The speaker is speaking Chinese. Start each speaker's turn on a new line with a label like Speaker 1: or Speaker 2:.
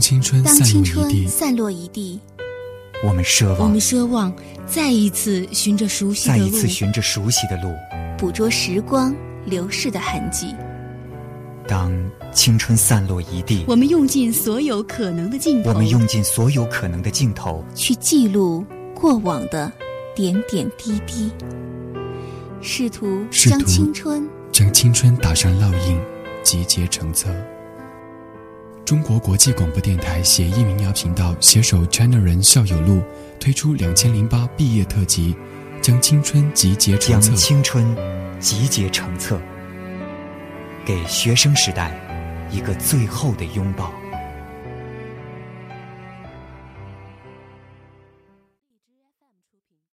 Speaker 1: 青春
Speaker 2: 当
Speaker 1: 散
Speaker 2: 青
Speaker 1: 落一
Speaker 2: 春
Speaker 1: 地，
Speaker 2: 散落一地，
Speaker 3: 我们奢
Speaker 2: 我
Speaker 3: 望
Speaker 2: 们奢望再一次循着熟悉
Speaker 3: 再
Speaker 2: 的
Speaker 3: 一
Speaker 2: 路，
Speaker 3: 次循着熟悉的路。
Speaker 2: 捕捉时光流逝的痕迹。
Speaker 3: 当青春散落一地，
Speaker 4: 我们用尽所有可能的尽头，
Speaker 3: 我们用尽所有可能的镜头，
Speaker 2: 去记录过往的点点滴滴，试图
Speaker 1: 试
Speaker 2: 将
Speaker 1: 图
Speaker 2: 青春
Speaker 1: 将青春打上烙印，集结成册。中国国际广播电台协议民谣频道携手 China 人校友路推出两千零八毕业特辑，将青春集结成
Speaker 3: 将
Speaker 1: 册。
Speaker 3: 青春集结成册，给学生时代一个最后的拥抱。